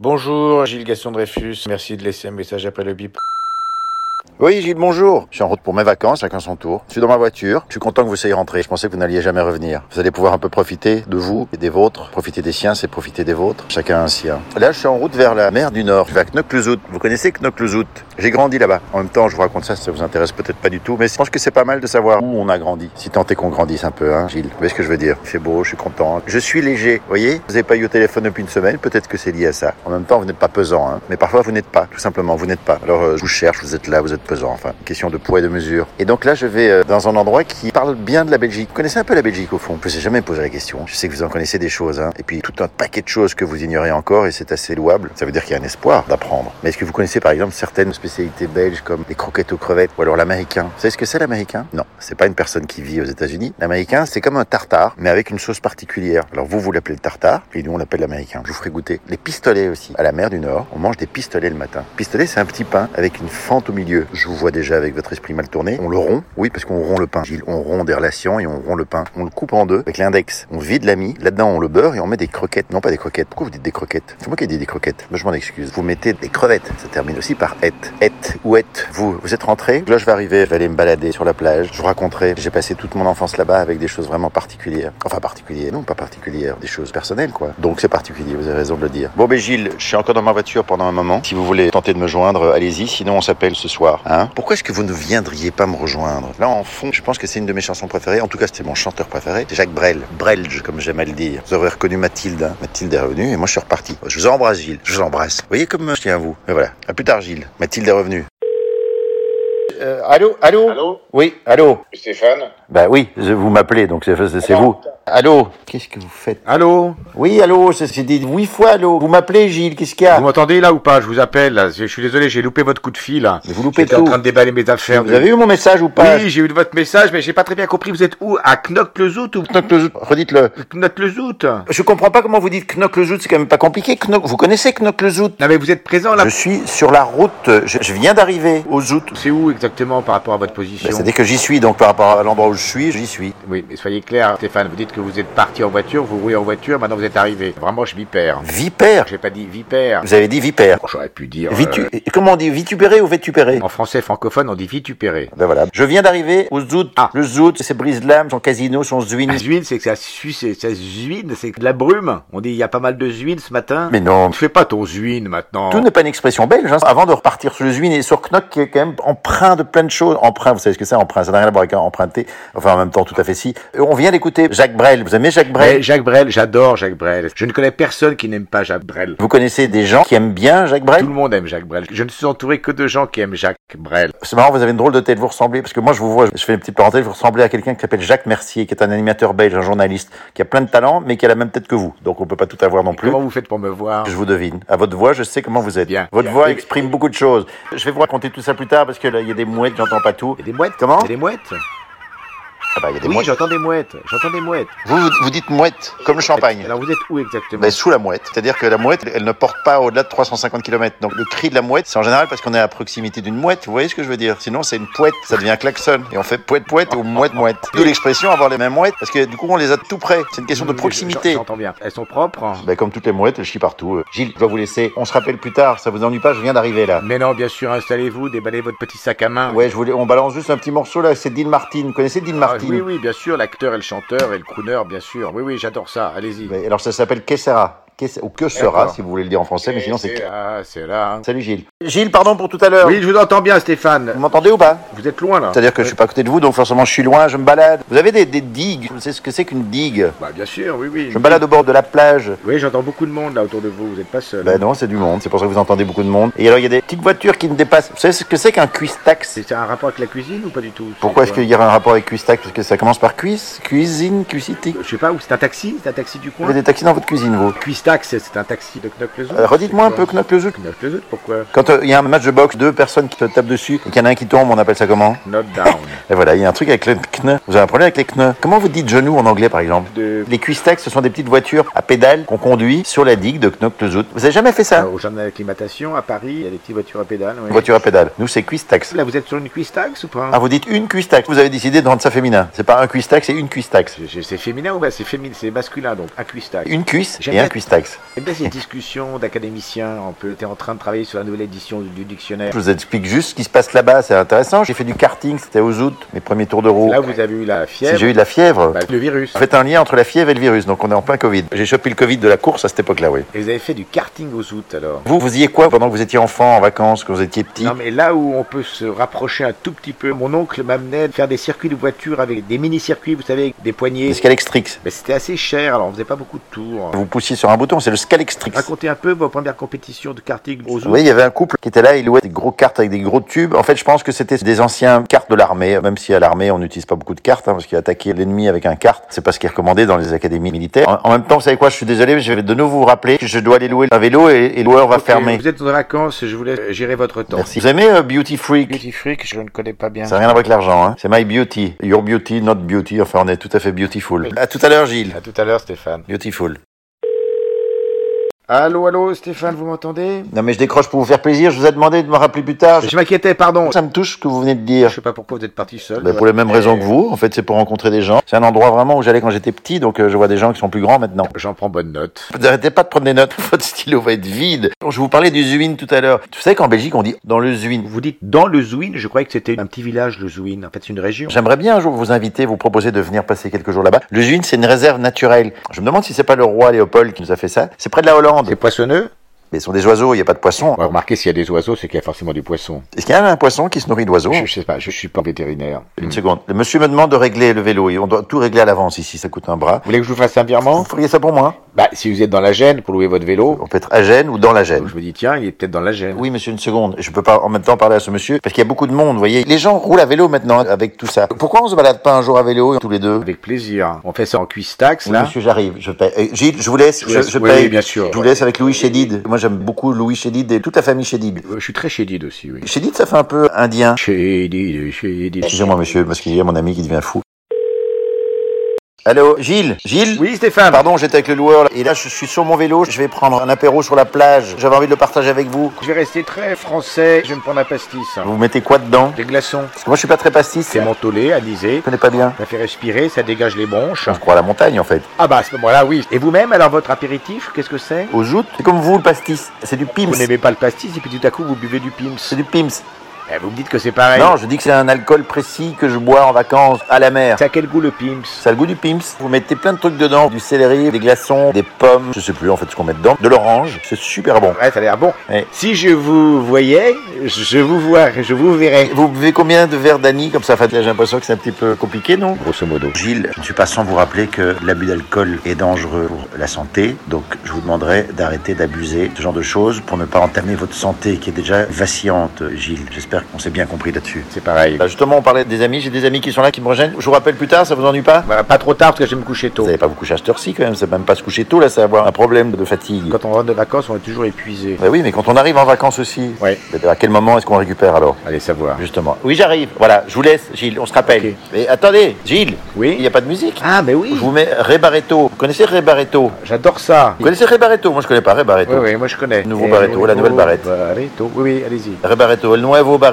Bonjour Gilles Gaston Dreyfus, merci de laisser un message après le bip. Oui, Gilles, bonjour. Je suis en route pour mes vacances, chacun son tour. Je suis dans ma voiture. Je suis content que vous soyez rentré. Je pensais que vous n'alliez jamais revenir. Vous allez pouvoir un peu profiter de vous et des vôtres. Profiter des siens, c'est profiter des vôtres. Chacun un sien. Là, je suis en route vers la mer du Nord. Je vais à Knokluzout. Vous connaissez Knokluzout J'ai grandi là-bas. En même temps, je vous raconte ça, ça vous intéresse peut-être pas du tout, mais je pense que c'est pas mal de savoir où on a grandi. Si tant est qu'on grandisse un peu, hein, Gilles. Vous voyez ce que je veux dire C'est beau, je suis content. Je suis léger. Vous voyez Vous n'avez pas eu au téléphone depuis une semaine. Peut-être que c'est lié à ça. En même temps, vous n'êtes pas pesant, hein. Mais parfois, vous n'êtes pas. Tout simplement, vous n'êtes pas. Alors, euh, je vous cherche, vous êtes là, vous êtes pesant, enfin, question de poids et de mesure. Et donc là, je vais euh, dans un endroit qui parle bien de la Belgique. Vous connaissez un peu la Belgique au fond Je ne sais jamais poser la question. Je sais que vous en connaissez des choses, hein. et puis tout un paquet de choses que vous ignorez encore, et c'est assez louable. Ça veut dire qu'il y a un espoir d'apprendre. Mais est-ce que vous connaissez par exemple certaines spécialités belges comme les croquettes aux crevettes ou alors l'américain Vous savez ce que c'est l'américain Non, c'est pas une personne qui vit aux États-Unis. L'américain, c'est comme un tartare, mais avec une sauce particulière. Alors vous, vous l'appelez le tartare, et nous, on l'appelle l'américain. Je vous ferai goûter les pistolets aussi. À la mer du Nord, on mange des pistolets le matin. Pistolet, c'est un petit pain avec une fente au milieu milieu. Je vous vois déjà avec votre esprit mal tourné. On le rompt, oui, parce qu'on rompt le pain. Gilles, on rompt des relations et on rompt le pain. On le coupe en deux avec l'index. On vide l'ami. Là-dedans, on le beurre et on met des croquettes. Non, pas des croquettes. Pourquoi vous dites des croquettes C'est moi qui ai dit des croquettes. Moi, je m'en excuse. Vous mettez des crevettes. Ça termine aussi par et. Et ou et. Vous, vous êtes rentré. Là, je vais arriver. Je vais aller me balader sur la plage. Je vous raconterai. J'ai passé toute mon enfance là-bas avec des choses vraiment particulières. Enfin, particulières. Non, pas particulières. Des choses personnelles, quoi. Donc, c'est particulier. Vous avez raison de le dire. Bon, ben, Gilles, je suis encore dans ma voiture pendant un moment. Si vous voulez tenter de me joindre, allez-y. Sinon, on s'appelle ce soir. Hein Pourquoi est-ce que vous ne viendriez pas me rejoindre Là, en fond, je pense que c'est une de mes chansons préférées. En tout cas, c'était mon chanteur préféré. C'est Jacques Brel. Brelge, comme j'aime à le dire. Vous aurez reconnu Mathilde. hein. Mathilde est revenue et moi, je suis reparti. Je vous embrasse, Gilles. Je vous embrasse. Vous voyez comme euh, je tiens à vous. Mais voilà. À plus tard, Gilles. Mathilde est revenue. Euh, allô, allô Allô Oui, allô Stéphane Bah oui, je- vous m'appelez, donc c'est c'est- c'est vous. Allô Qu'est-ce que vous faites Allô Oui, allô, c'est c'est dit huit fois allô. Vous m'appelez, Gilles, qu'est-ce qu'il y a Vous m'entendez là ou pas Je vous appelle. là. Je je suis désolé, j'ai loupé votre coup de fil. là. Mais vous loupez J'étais en tout. train de déballer mes affaires. Vous de- avez eu mon message ou pas Oui, j'ai eu votre message, mais j'ai pas très bien compris. Vous êtes où À Knock-le-Zout ou Knock-le-Zout Redites-le. Knock-le-Zout Je comprends pas comment vous dites knock le zout, c'est quand même pas compliqué. Knock, vous connaissez knock le zout Non, mais vous êtes présent là. Je suis sur la route, je, je viens d'arriver au zout. C'est où exactement par rapport à votre position Bah, C'est-à-dire que j'y suis, donc par rapport à l'endroit où je suis, j'y suis. Oui, mais soyez clair, Stéphane. Vous dites que vous êtes parti en voiture, vous roulez en voiture, maintenant vous êtes arrivé. Vraiment, je m'y perds. Vipère J'ai pas dit vipère. Vous avez dit vipère. J'aurais pu dire. Vitu... euh, Comment on dit Vitupéré ou vétupéré en français francophone, on dit vitupéré. Ben voilà. Je viens d'arriver au zout. Ah. Le zout, c'est Brise-Lame, son casino, son La zwin. zuine, c'est que ça suce, c'est- ça zuine, c'est que de la brume. On dit il y a pas mal de zuine ce matin. Mais non. ne fais pas ton zuine maintenant. Eh, Tout n'est pas une expression belge. hein. Avant de repartir sur le Zwin et sur Knock, qui est quand même empreint de plein de choses. Emprunt, vous savez ce que c'est, emprunt. Ça n'a rien à voir avec un emprunté. Enfin, en même temps, tout à fait si. Euh, On vient d'écouter Jacques Brel. Vous aimez Jacques Brel Mais Jacques Brel, j'adore Jacques Brel. Je ne connais personne qui n'aime pas Jacques Brel. Vous connaissez des gens qui aiment bien Jacques Brel Tout le monde aime Jacques Brel. Je ne suis entouré que de gens qui aiment Jacques Brel. C'est marrant, vous avez une drôle de tête, vous ressemblez, parce que moi je vous vois, je fais une petite parenthèse, vous ressemblez à quelqu'un qui s'appelle Jacques Mercier, qui est un animateur belge, un journaliste, qui a plein de talent, mais qui a la même tête que vous. Donc on peut pas tout avoir non plus. Comment vous faites pour me voir Je vous devine. À votre voix, je sais comment vous êtes. Bien, votre bien. voix Mais- exprime beaucoup de choses. Je vais vous raconter tout ça plus tard, parce que là, il y a des mouettes, j'entends pas tout. Il y a des mouettes Comment Il y a des mouettes Ah bah, il y a des Oui, mouettes. j'entends des mouettes. J'entends des mouettes. Vous, vous- vous dites mouette, comme le champagne. Alors vous êtes où exactement Ben, sous la mouette. C'est-à-dire que la mouette, elle ne porte pas au-delà de 350 km. Donc le cri de la mouette, c'est en général parce qu'on est à proximité d'une mouette. Vous voyez ce que je veux dire Sinon, c'est une pouette. Ça devient un klaxon. Et on fait pouette pouette ou mouette mouette. D'où l'expression avoir les mêmes mouettes. Parce que du coup, on les a tout près. C'est une question de Oui, proximité. J'entends bien. Elles sont propres Ben, comme toutes les mouettes, elles chient partout. euh. Gilles, je dois vous laisser. On se rappelle plus tard. Ça vous ennuie pas Je viens d'arriver là. Mais non, bien sûr, installez-vous, déballez votre petit sac à main. Ouais, je voulais. On balance juste un petit morceau là. C'est Dean Martin. Vous connaissez Dean Ah, Martin oui, oui, bien sûr, l'acteur et le chanteur et le crooner, bien sûr. Oui, oui, j'adore ça. Allez-y. Ben, Alors ça s'appelle Que sera Qu'est- Ou que sera, D'accord. si vous voulez le dire en français. Mais sinon, c'est. Ah, c'est là. hein. Salut Gilles. Gilles, pardon pour tout à l'heure. Ah. Oui, je vous entends bien, Vous Stéphane. m'entendez ou pas Vous êtes loin là. C'est-à-dire que je suis pas à côté de vous, donc forcément je suis loin, je me balade. Vous avez des, des digues Vous savez ce que c'est qu'une digue Bah, bien sûr, oui, oui. Je me balade au bord de la plage. Oui, j'entends beaucoup de monde là autour de vous. Vous n'êtes pas seul. Ben non, c'est du monde, c'est pour ça que vous entendez beaucoup de monde. Et alors il y a des petites voitures qui ne dépassent. Vous savez ce que c'est qu'un cuistax C'est c'est un rapport avec la cuisine ou pas du tout Pourquoi est-ce C'est quoi qu'il y a un rapport avec cuistax Parce que ça commence par cuisse, cuisine, cuisité. Je sais pas où. C'est un taxi C'est un taxi du Vous coin avez des taxis dans votre cuisine, vous Cuistax, c'est un taxi de Knock le Zout. Euh, Redites-moi un peu C'est quoi Knock le zouk. Knock le Zout, pourquoi Quand Quand euh, il y a un match de boxe, deux personnes qui te tapent dessus et qu'il y en a un qui tombe, on appelle ça comment Not down. Et voilà, il y a un truc avec le kne. Vous avez un problème avec les kne. Comment vous dites genou en anglais, par exemple De- Les cuistacs, ce sont des petites voitures à pédales qu'on conduit sur la digue de Knoktezout. Vous avez jamais fait ça Euh, Au jardin d'acclimatation, à Paris, il y a des petites voitures à pédales. ouais. Voiture à pédales. Nous, c'est cuistax. Là, vous êtes sur une cuistax ou pas Ah, vous dites une cuistax. Vous avez décidé de rendre ça féminin. C'est pas un cuistax, c'est une cuistax. C'est- c'est- C'est féminin ou pas C'est féminin, c'est masculin donc, un cuistax. Une cuisse J'aime et un bien. cuistax. Et Eh bien, c'est une discussion d'académiciens. On peut. T'es en train de travailler sur la nouvelle édition du, du dictionnaire. Je vous explique juste ce qui se passe là-bas, c'est intéressant. J'ai fait du karting, c'était aux août, mes premiers tours de roue. Là, vous avez eu la fièvre, Si j'ai eu de la fièvre, bah, le virus. Faites un lien entre la fièvre et le virus, donc on est en plein Covid. J'ai chopé le Covid de la course à cette époque-là, oui. Et vous avez fait du karting aux août alors. Vous, vous y êtes quoi pendant que vous étiez enfant, en vacances, quand vous étiez petit Non mais là où on peut se rapprocher un tout petit peu, mon oncle m'amenait faire des circuits de voiture avec des mini-circuits, vous savez, avec des poignées. Scalextrix. Mais c'était assez cher, alors on faisait pas beaucoup de tours. Vous poussiez sur un bouton, c'est le Scalextrix. Racontez un peu vos premières compétitions de karting aux août. Oui, il y avait un couple qui était là, il louait des gros cartes avec des gros tubes. En fait, je pense que c'était des anciens cartes de l'armée, même si à l'armée, on n'utilise pas beaucoup de cartes, hein, parce qu'attaquer l'ennemi avec un carte, c'est pas ce qui est recommandé dans les académies militaires. En, en même temps, vous savez quoi, je suis désolé, mais je vais de nouveau vous rappeler que je dois aller louer un vélo et, et le loueur va Ok, fermer. Vous êtes en vacances, je vous laisse euh, gérer votre temps. Merci. Vous aimez euh, Beauty Freak Beauty Freak, je ne connais pas bien. Ça n'a rien à voir avec l'argent, hein. C'est my beauty. Your beauty, not beauty. Enfin, on est tout à fait beautiful. À tout à l'heure, Gilles. À tout à l'heure Stéphane. Beautiful. Allô, allô Stéphane, vous m'entendez Non, mais je décroche pour vous faire plaisir. Je vous ai demandé de me rappeler plus tard. Je m'inquiétais, pardon. Ça me touche ce que vous venez de Je dire. sais pas pourquoi vous êtes parti seul. Ben, pour les mêmes raisons que vous. En fait, c'est pour rencontrer des gens. C'est un endroit vraiment où j'allais quand j'étais petit, donc euh, je vois des gens qui sont plus grands maintenant. J'en prends bonne note. Vous Arrêtez pas de prendre des notes. Votre stylo va être vide. Je vous parlais du Zuin tout à l'heure. Tu sais qu'en Belgique, on dit dans le Zuin. Vous dites dans le Zouin, je croyais que c'était un petit village le Zouin. En fait, c'est une région. J'aimerais bien un jour vous inviter, vous proposer de venir passer quelques jours là-bas. Le Zuin, c'est une réserve naturelle. Je me demande si c'est pas le roi Léopold qui nous a fait ça. C'est près de la Hollande. C'est poissonneux Mais ce sont des oiseaux, il n'y a pas de poisson. On va remarquer s'il y a des oiseaux, c'est qu'il y a forcément du poisson. Est-ce qu'il y a un poisson qui se nourrit d'oiseaux Je, je sais pas, je suis pas vétérinaire. Une seconde. Le monsieur me demande de régler le vélo et on doit tout régler à l'avance ici, ça coûte un bras. Vous voulez que je vous fasse un Vous virement feriez ça pour moi Bah, si vous êtes dans la gêne pour louer votre vélo, On peut être à Gênes ou dans la Gênes. je me dis tiens, il est peut-être dans la gêne. Oui, monsieur, une seconde. Je peux pas en même temps parler à ce monsieur parce qu'il y a beaucoup de monde, vous voyez. Les gens roulent à vélo maintenant avec tout ça. Pourquoi on se balade pas un jour à vélo tous les deux Avec plaisir. On fait ça en cuistax, Oui, là. monsieur, j'arrive. Je paye. Euh, Gilles, je vous laisse. Je, laisse- je oui, paye. oui, bien sûr. Je vous laisse avec Louis Chédid. Moi, j'aime beaucoup Louis Chédid et toute la famille Chédid. Euh, Je suis très chédide aussi, oui. Chédid, ça fait un peu indien. Chédide, chédide. Excusez-moi, monsieur, parce qu'il y a mon ami qui devient fou. Allô, Gilles Gilles Oui, Stéphane. Pardon, j'étais avec le loueur, là, et là, je suis sur mon vélo, je vais prendre un apéro sur la plage. J'avais envie de le partager avec vous. Je vais rester très français. Je vais me prendre un pastis. hein. Vous mettez quoi dedans Des glaçons. Parce que moi, je suis pas très pastis. C'est mentholé, anisé. Je connais pas bien. Ça fait respirer, ça dégage les bronches. Je crois à la montagne, en fait. Ah bah, à ce moment-là, oui. Et vous-même, alors, votre apéritif, qu'est-ce que c'est Au joutes, c'est comme vous, le pastis. C'est du pims. Vous n'aimez pas le pastis et puis tout à coup, vous buvez du pims. C'est du pims. Eh, vous me dites que c'est pareil. Non, je dis que c'est un alcool précis que je bois en vacances à la mer. Ça a quel goût le pims Ça a le goût du pims. Vous mettez plein de trucs dedans, du céleri, des glaçons, des pommes, je sais plus en fait ce qu'on met dedans, de l'orange. C'est super bon. Ouais, ça a l'air bon. Ouais. Si je vous voyais, je je vous vois, je vous verrais. Vous buvez combien de verres d'Annie comme ça Enfin, J'ai l'impression que c'est un petit peu compliqué, non Grosso modo. Gilles, je ne suis pas sans vous rappeler que l'abus d'alcool est dangereux pour la santé, donc je vous demanderai d'arrêter d'abuser de ce genre de choses pour ne pas entamer votre santé qui est déjà vacillante, Gilles. J'espère qu'on s'est bien compris là-dessus. C'est pareil. Bah, justement, on parlait des amis, j'ai des amis qui sont là qui me rejoignent. Je vous rappelle plus tard, ça vous ennuie pas Voilà, pas trop tard parce que je vais me coucher Vous tôt. n'allez pas vous coucher à cette heure-ci quand même, c'est même pas se coucher tôt là, c'est avoir un problème de fatigue. Quand on rentre de vacances, on est toujours épuisé. Ben oui, mais quand on arrive en vacances aussi, Ouais. ben, à quel moment est-ce qu'on récupère alors Allez savoir. Justement. Oui, j'arrive. Voilà, je vous laisse, Gilles, on se rappelle. Ok. Mais attendez, Gilles, Oui il n'y a pas de musique. Ah, mais oui. Je vous mets Rebareto. Vous connaissez Rebareto J'adore ça. Vous connaissez Rebareto Moi, je connais pas Rebareto. Oui, oui, moi je connais. Nouveau Barretto, la nouvelle barrette. Barretto. Oui, oui, allez-y. Rebareto, El Nuevo Barreto.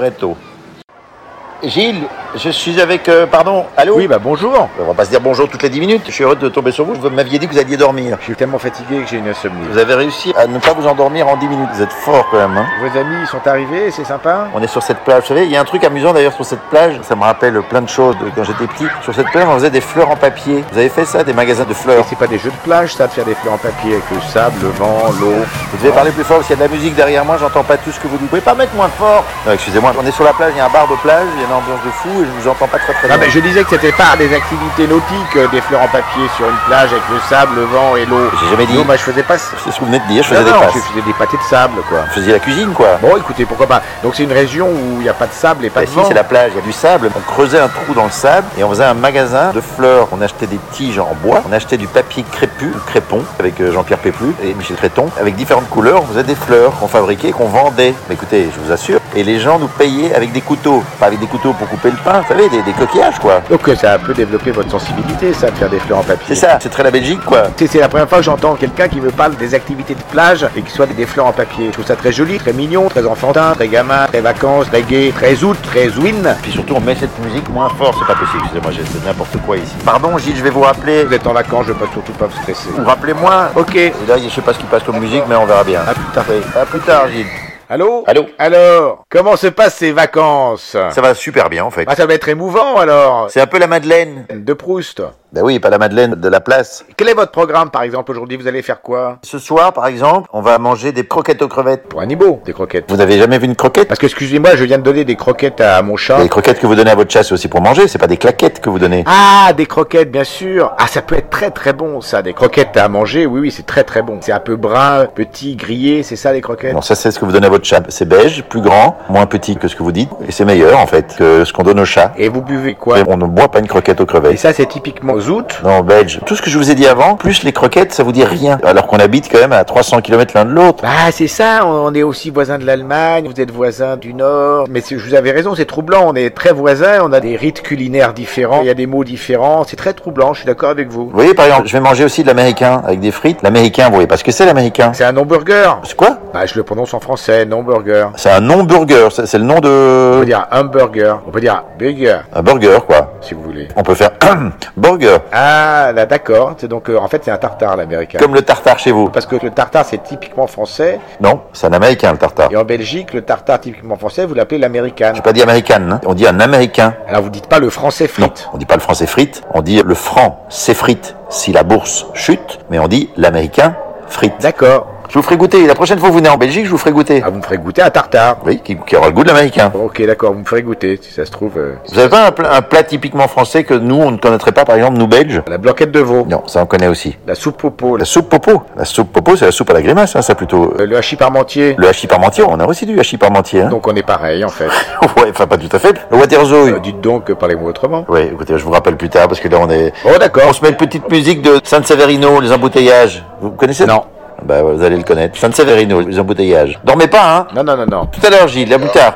Gilles, je suis avec... euh, pardon, allô Oui, bah bonjour. On va pas se dire bonjour toutes les 10 minutes. Je suis heureux de tomber sur vous. Vous m'aviez dit que vous alliez dormir. Je suis tellement fatigué que j'ai une insomnie. Vous avez réussi à ne pas vous endormir en 10 minutes. Vous êtes fort quand même. hein. Vos amis ils sont arrivés, c'est sympa On est sur cette plage. Vous savez, il y a un truc amusant d'ailleurs sur cette plage. Ça me rappelle plein de choses de quand j'étais petit. Sur cette plage, on faisait des fleurs en papier. Vous avez fait ça, des magasins de Et fleurs. c'est pas des jeux de plage, ça, de faire des fleurs en papier avec le sable, le vent, l'eau. Vous devez parler plus fort parce qu'il y a de la musique derrière moi. J'entends pas tout ce que vous dites. Vous pouvez pas mettre moins fort. Non, excusez-moi. On est sur la plage. Il y a un bar de plage. Il y a une ambiance de fou. je vous entends pas très très Non, bien. mais Ah, bah, je disais que c'était pas des activités nautiques, euh, des fleurs en papier sur une plage avec le sable, le vent et l'eau. J'ai jamais dit. Non, bah, je faisais pas ça. C'est ce que vous venez de dire, je Non, faisais des non, passes. je faisais des pâtés de sable, quoi. Je faisais la cuisine, quoi. Bon, écoutez, pourquoi pas. Donc, c'est une région où il n'y a pas de sable et pas Bah de si, vent. c'est la plage, il y a du sable. On creusait un trou dans le sable et on faisait un magasin de fleurs. On achetait des tiges en bois, on achetait du papier crépu, ou crépon, avec euh, Jean-Pierre Péplu et Michel Créton. Avec différentes couleurs, on faisait des fleurs qu'on fabriquait, qu'on vendait. Mais écoutez, je vous assure. Et les gens nous payaient avec des couteaux. Pas avec des couteaux pour couper le pain, vous savez, des, des coquillages, quoi. Donc, euh, ça a un peu développé votre sensibilité, ça, de faire des fleurs en papier. C'est ça, c'est très la Belgique, quoi. C'est c'est la première fois que j'entends quelqu'un qui me parle des activités de plage et qui soit des fleurs en papier. Je trouve ça très joli, très mignon, très enfantin, très gamin, très vacances, très gay, très août, très win. Puis surtout, on met cette musique moins fort, c'est pas possible. Excusez-moi, j'ai- c'est n'importe quoi ici. Pardon, Gilles, je vais vous rappeler. Vous êtes en vacances, je ne veux pas surtout pas me stresser. Ou rappelez-moi. Ok. Et là, je sais pas ce qui passe comme musique, mais on verra bien. À plus tard. Oui, à plus tard, Gilles. Allô Allô Alors, comment se passent ces vacances Ça va super bien, en fait. Ah. Bah, ça va être émouvant alors C'est un peu la Madeleine. De Proust. Ben oui, pas la Madeleine de la place. Quel est votre programme par exemple aujourd'hui Vous allez faire quoi Ce soir, par exemple, on va manger des croquettes aux crevettes. Pour Hannibal, des croquettes. Vous n'avez jamais vu une croquette Parce que, excusez-moi, je viens de donner des croquettes à mon chat. Les croquettes que vous donnez à votre chat, c'est aussi pour manger, c'est pas des claquettes que vous donnez. Ah, des croquettes, bien sûr. Ah, ça peut être très très bon, ça. Des croquettes à manger, oui, oui, c'est très très bon. C'est un peu brun, petit, grillé, c'est ça les croquettes Non, ça c'est ce que vous donnez à votre chat. C'est beige, plus grand, moins petit que ce que vous dites, et c'est meilleur en fait que ce qu'on donne au chat. Et vous buvez quoi Et on ne boit pas une croquette aux Et crevettes. ça, c'est typiquement zout. Non, belge. Tout ce que je vous ai dit avant, plus les croquettes, ça vous dit rien. Alors qu'on habite quand même à 300 km l'un de l'autre. Ah, c'est ça, on on est aussi voisins de l'Allemagne, vous êtes voisins du Nord. Mais c'est- je vous avais raison, c'est troublant, on est très voisins, on a des rites culinaires différents, il y a des mots différents, c'est très troublant, je suis d'accord avec vous. Vous voyez, par exemple, je vais manger aussi de l'américain avec des frites. L'américain, vous voyez pas ce que c'est l'américain C'est un hamburger C'est quoi Bah, je le prononce en français, hamburger. C'est un nom burger, c'est c'est le nom On peut de... dire hamburger, on peut dire burger, Un burger, quoi. si vous voulez. On peut faire burger, Ah, là, d'accord. C'est donc, euh, en fait, c'est un tartare, l'américain. comme le tartare chez vous. Parce que le tartare, c'est typiquement français. Non, c'est un américain, le tartare. Et en Belgique, le tartare typiquement français, vous l'appelez l'américaine. J'ai pas dit américaine, hein. on dit un américain. Alors, vous dites pas le français Non, frite. on dit pas le français frite, on dit le franc s'effrite si la bourse chute, mais on dit l'américain frite. D'accord. Je vous ferai goûter, la prochaine fois que vous venez en Belgique, je vous ferai goûter. Ah, vous me ferez goûter un tartare. Oui, qui, qui aura le goût de l'américain. Ok, d'accord, vous me ferez goûter, si ça se trouve. euh, Vous avez pas un pla- un plat typiquement français que nous, on ne connaîtrait pas, par exemple, nous, Belges la blanquette de veau, Non, ça on connaît aussi. la soupe au pot, La soupe popo. La soupe popo, c'est la soupe à la grimace, hein, ça plutôt. euh, le hachis parmentier. Le hachis parmentier, on a aussi du hachis parmentier. Hein. Donc, on est pareil, en fait. ouais, enfin pas tout à fait. Le Waterzooi. Euh, dites donc, euh, parlez-moi autrement. Ouais, écoutez, je vous rappelle plus tard parce que là on est. Oh, On d'accord. se met une petite musique de San Severino, les embouteillages. Vous connaissez Non. Bah ouais, vous allez le connaître. San Severino, les embouteillages. Dormez pas, hein. Non, non, non, non. Tout à l'heure, Gilles, à plus tard.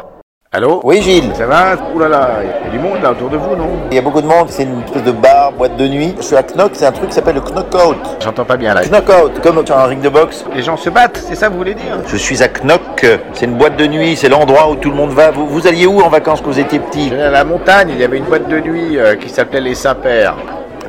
Allô Oui, Gilles. Ça va Ouh là là, il y a du monde là autour de vous, non Il y a beaucoup de monde. C'est une espèce de bar, boîte de nuit. Je suis à Knock, c'est un truc qui s'appelle le Knockout. J'entends pas bien là. Knockout, comme sur un ring de boxe. Les gens se battent, c'est ça que vous voulez dire Je suis à Knock. C'est une boîte de nuit. C'est l'endroit où tout le monde va. Vous, vous alliez où en vacances quand vous étiez petit J'allais à la montagne, il y avait une boîte de nuit euh, qui s'appelait les Saint-Pères.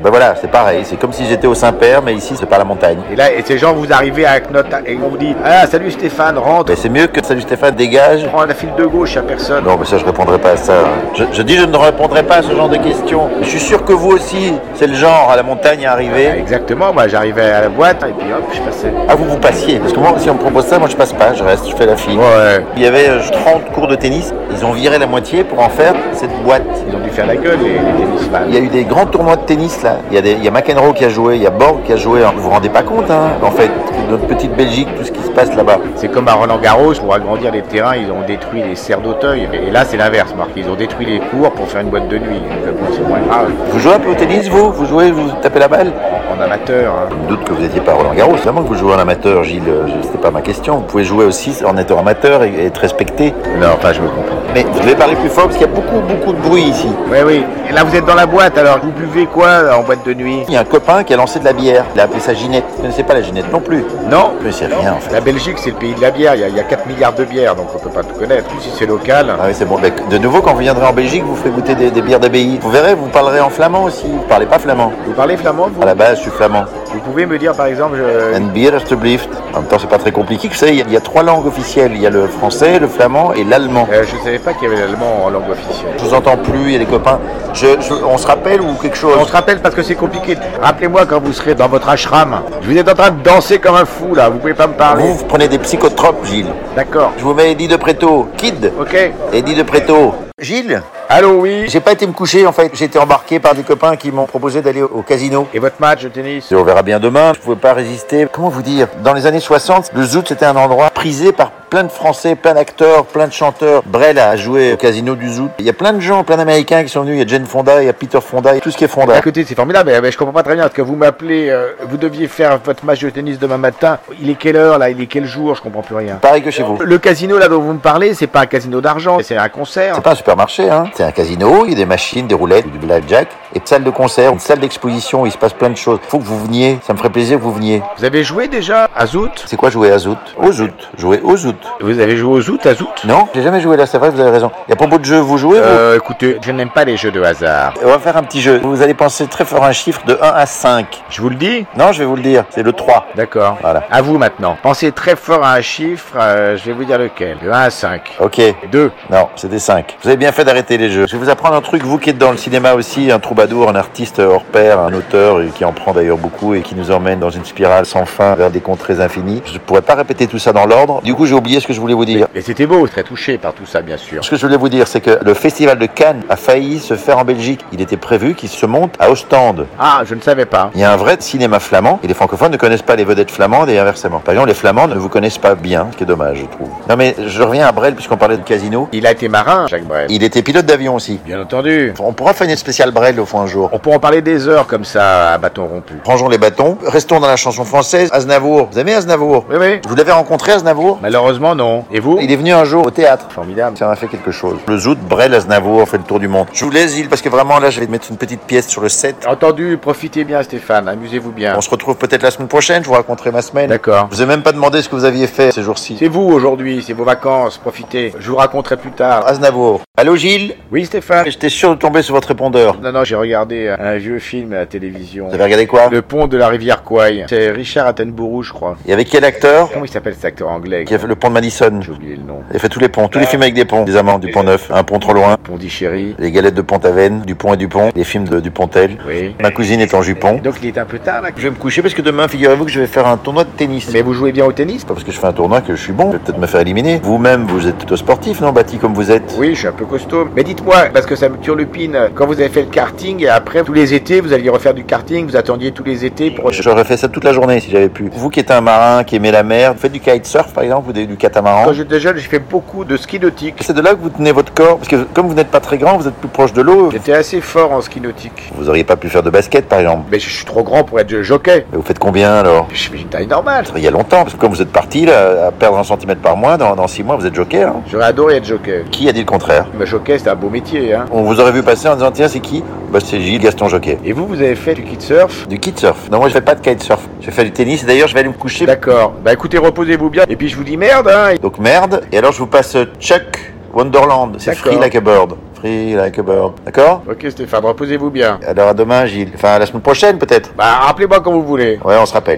Ben voilà, c'est pareil. C'est comme si j'étais au Saint-Père, mais ici c'est pas la montagne. Et là, et ces gens, vous arrivez à Knot et on vous dit Ah, salut Stéphane, rentre, Ben c'est mieux que Salut Stéphane dégage. prends la file de gauche, à personne. Non, mais ça, je répondrai pas à ça. Je, je dis, je ne répondrai pas à ce genre de questions. Je suis sûr que vous aussi, c'est le genre à la montagne à Ah, arriver. Exactement, moi j'arrivais à la boîte et puis hop, je passais. Ah, vous, vous passiez. Parce que moi, si on me propose ça, moi, je passe pas. Je reste, je fais la file. Ouais, Il y avait euh, 30 cours de tennis. Ils ont viré la moitié pour en faire cette boîte. ils ont dû faire la gueule, les, les tennisman. Il y a eu des grands tournois de tennis, là. Il y a, des, il y a McEnroe qui a joué, il y a Borg qui a joué. Vous vous rendez pas compte, hein, en fait, de notre petite Belgique, tout ce qui se passe là-bas. C'est comme à Roland-Garros, pour agrandir les terrains, ils ont détruit les serres d'Auteuil. Et là, c'est l'inverse, Marc. Ils ont détruit les cours pour faire une boîte de nuit. Donc, euh, bon, c'est moins grave. Vous jouez un peu au tennis, vous Vous jouez, vous tapez la balle En, en amateur, hein. Je me doute que vous n'étiez pas Roland Garros. Évidemment que vous jouez en amateur, Gilles, euh, je- c'était pas ma question. Vous pouvez jouer aussi en étant amateur et et être respecté. Non, enfin, je me comprends. Mais je vais parler plus fort parce qu'il y a beaucoup, beaucoup de bruit ici. Oui, oui. Et là, vous êtes dans la boîte, alors vous buvez quoi là, en boîte de nuit Il y a un copain qui a lancé de la bière. Il a appelé ça Ginette. Vous connaissez pas la Ginette non plus. Non Je sais rien en fait. La Belgique, c'est le pays de la bière. Il y, a, il y a 4 milliards de bières, donc on peut pas tout connaître. Si c'est local. Ah oui, c'est bon. Ben, De nouveau, quand vous viendrez en Belgique, vous ferez goûter des, des bières d'abbaye. Vous verrez, vous parlerez en flamand aussi. Vous parlez pas flamand. Vous parlez flamand, vous À la Euh, base, je suis flamand. Vous pouvez me dire, par exemple, je... Een bier, alstublieft. En même temps, c'est pas très compliqué. Vous savez, il y a- il y a trois langues officielles. Il y a le français, le flamand et l'allemand. euh, je savais pas qu'il y avait l'allemand en langue officielle. Je vous entends plus, il y a des copains. Je- je- on se rappelle ou quelque chose On se rappelle parce que c'est compliqué. Rappelez-moi quand vous serez dans votre ashram. Je vous êtes en train de danser comme un fou là, vous pouvez pas me Vous, parler. vous prenez des psychotropes, Gilles. D'accord. Je vous mets Eddie de Preto, Kid, Ok. Eddie de Preto. Gilles, Allô, oui J'ai pas été me coucher, en fait. J'ai été embarqué par des copains qui m'ont proposé d'aller au casino. Et votre match de tennis Et on verra bien demain. Je pouvais pas résister. Comment vous dire Dans les années 60, le Zout c'était un endroit prisé par plein de Français, plein d'acteurs, plein de chanteurs. Brel a joué au casino du Zout. Il y a plein de gens, plein d'Américains qui sont venus. Il y a Jane Fonda, il y a Peter Fonda, il y a tout ce qui est Fonda. Écoutez, c'est formidable, mais, mais je comprends pas très bien. Parce que vous m'appelez, euh, vous deviez faire votre match de tennis demain matin. Il est quelle heure, là Il est quel jour Je comprends plus rien. Pareil que chez vous. Le casino, là, dont vous me parlez, c'est pas un casino d'argent, c'est un concert. C'est pas un supermarché, hein. C'est un casino, il y a des machines, des roulettes, du blackjack, et une salle de concert, une salle d'exposition, il se passe plein de choses. Faut que vous veniez, ça me ferait plaisir que vous veniez. Vous avez joué déjà à Zout C'est quoi jouer à Zout Au Zout. Jouer au Zout. Vous avez joué au Zout, à Zout Non, j'ai jamais joué là, c'est vrai, vous avez raison. Et à propos de jeu, vous jouez vous Euh, écoutez, je n'aime pas les jeux de hasard. On va faire un petit jeu. Vous allez penser très fort à un chiffre de 1 à 5. Je vous le dis Non, je vais vous le dire, c'est le 3. D'accord. Voilà. À vous maintenant. Pensez très fort à un chiffre, euh, je vais vous dire lequel. De 1 à 5. Ok. 2. Non, c'était 5. Vous avez bien fait d'arrêter les jeux. Je vais vous apprendre un truc, vous qui êtes dans le cinéma aussi, un troubadour, un artiste hors pair, un auteur et qui en prend d'ailleurs beaucoup et qui nous emmène dans une spirale sans fin vers des contrées infinies. Je pourrais pas répéter tout ça dans l'ordre. Du coup, j'ai oublié ce que je voulais vous dire. Et c'était beau, très touché par tout ça, bien sûr. Ce que je voulais vous dire, c'est que le festival de Cannes a failli se faire en Belgique. Il était prévu qu'il se monte à Ostende. Ah, je ne savais pas. Il y a un vrai cinéma flamand et les francophones ne connaissent pas les vedettes flamandes et inversement. Par exemple, les flamands ne vous connaissent pas bien, ce qui est dommage, je trouve. Non mais je reviens à Brel puisqu'on parlait de casino. Il a été marin, Jacques Brel. Il était pilote d'avion aussi. Bien entendu. On pourra faire une spéciale Brel au fond un jour. On peut en parler des heures comme ça, à bâton rompu. Rangeons les bâtons. Restons dans la chanson française. Aznavour. Vous aimez Aznavour Oui, oui. Vous l'avez rencontré Aznavour Malheureusement, non. Et vous Il est venu un jour au théâtre. Formidable. Ça m'a fait quelque chose. Le zout, Brel, Aznavour, fait le tour du monde. Je vous laisse, Gilles, parce que vraiment, là, je vais mettre une petite pièce sur le set. Entendu, profitez bien, Stéphane. Amusez-vous bien. On se retrouve peut-être la semaine prochaine. Je vous raconterai ma semaine. D'accord. Je vous ai même pas demandé ce que vous aviez fait ces jours-ci. C'est vous aujourd'hui, c'est vos vacances, profitez. Je vous raconterai plus tard. Aznavour. Allô, Gilles Oui, Stéphane J'étais sûr de tomber sur votre répondeur. Non, non, j'ai regardé euh, un vieux film à la télévision. Vous avez regardé quoi Le pont de la rivière Kouai. C'est Richard Attenborough, je crois. Il y avait quel acteur Comment il s'appelle cet acteur anglais Qui a fait le pont de Madison. J'ai oublié le nom. Il a fait tous les ponts, tous les films avec des ponts. Des amants, du pont neuf, un pont trop loin, Pondichéry. les galettes de Pont-Aven, du pont et du pont, les films de Dupontel. Oui. Ma cousine est en jupon. Donc il est un peu tard là. Je vais me coucher parce que demain, figurez-vous que je vais faire un tournoi de tennis. Mais vous jouez bien au tennis C'est pas parce que je fais un tournoi que je suis bon, je vais peut-être me faire éliminer. Vous-même, vous êtes plutôt sportif, non, bâti comme vous êtes Oui, je suis un peu costaud. Mais dites-moi, parce que ça me turlupine, quand vous avez fait le karting, et après, tous les étés, vous alliez refaire du karting, vous attendiez tous les étés pour... J'aurais fait ça toute la journée si j'avais pu. Vous qui êtes un marin, qui aimez la mer, vous faites du kitesurf par exemple, ou des- du Quand catamaran. j'étais jeune, j'ai fait beaucoup de ski nautique. C'est de là que vous tenez votre corps, parce que comme vous n'êtes pas très grand, vous êtes plus proche de l'eau. J'étais assez fort en ski nautique. Vous auriez pas pu faire de basket par exemple. Mais je suis trop grand pour être jockey. Mais vous faites combien alors Je fais une taille normale. Il y a longtemps, parce que comme vous êtes parti là, à perdre un centimètre par mois, dans, dans six mois vous êtes joker. hein. J'aurais adoré être jockey. Qui a dit le contraire Mais jockey, c'est un beau métier, hein. On vous aurait vu passer en disant tiens c'est qui Bah c'est Gilles Gaston Jockey. Et vous, vous avez fait du kitesurf Du kitesurf. Non moi je fais pas de kitesurf. Je fais du tennis et d'ailleurs je vais aller me coucher. D'accord. Bah écoutez, reposez-vous bien. Et puis je vous dis merde, hein. Donc merde. Et alors je vous passe Chuck Wonderland. C'est D'accord. Free Like a Bird. Free Like a Bird. D'accord Ok Stéphane, reposez-vous bien. Alors à demain Gilles. Enfin à la semaine prochaine peut-être. Bah rappelez-moi quand vous voulez. Ouais on se rappelle.